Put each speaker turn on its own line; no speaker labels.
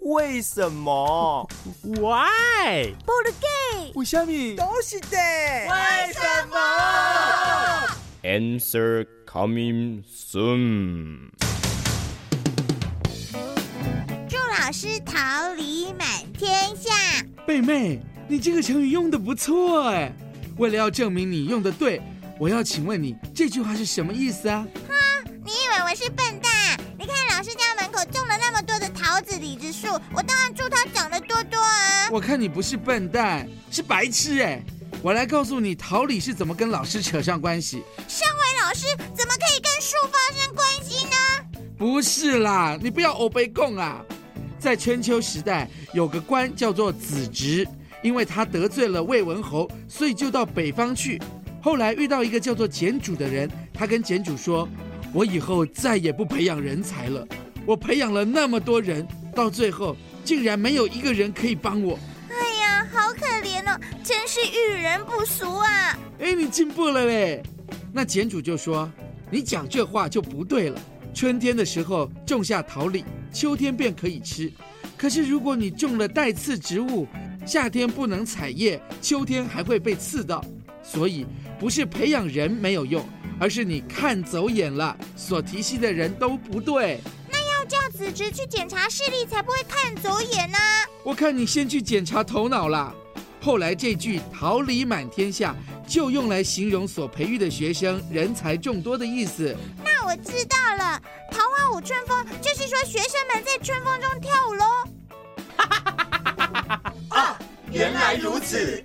为什么？
Why？
不如给
为什么？
都是的。
为什么？
Answer coming soon。
祝老师桃李满天下。
贝妹，你这个成语用的不错哎。为了要证明你用的对，我要请问你这句话是什么意思啊？
你以为我是笨蛋啊？你看老师家门口种了那么多的桃子、李子树，我当然祝它长得多多啊。
我看你不是笨蛋，是白痴哎。我来告诉你，桃李是怎么跟老师扯上关系。
身为老师，怎么可以跟树发生关系呢？
不是啦，你不要欧杯供啊！在春秋时代，有个官叫做子职，因为他得罪了魏文侯，所以就到北方去。后来遇到一个叫做简主的人，他跟简主说：“我以后再也不培养人才了，我培养了那么多人，到最后竟然没有一个人可以帮我。
哎呀，好可怜哦，真是遇人不淑啊！”
哎，你进步了嘞！那简主就说：“你讲这话就不对了。春天的时候种下桃李，秋天便可以吃。可是如果你种了带刺植物，夏天不能采叶，秋天还会被刺到。所以不是培养人没有用，而是你看走眼了，所提携的人都不对。
要叫子侄去检查视力，才不会看走眼呢、
我看你先去检查头脑啦。”后来这句“桃李满天下”就用来形容所培育的学生人才众多的意思。
那我知道了，桃花舞春风就是说学生们在春风中跳舞喽。
原来如此。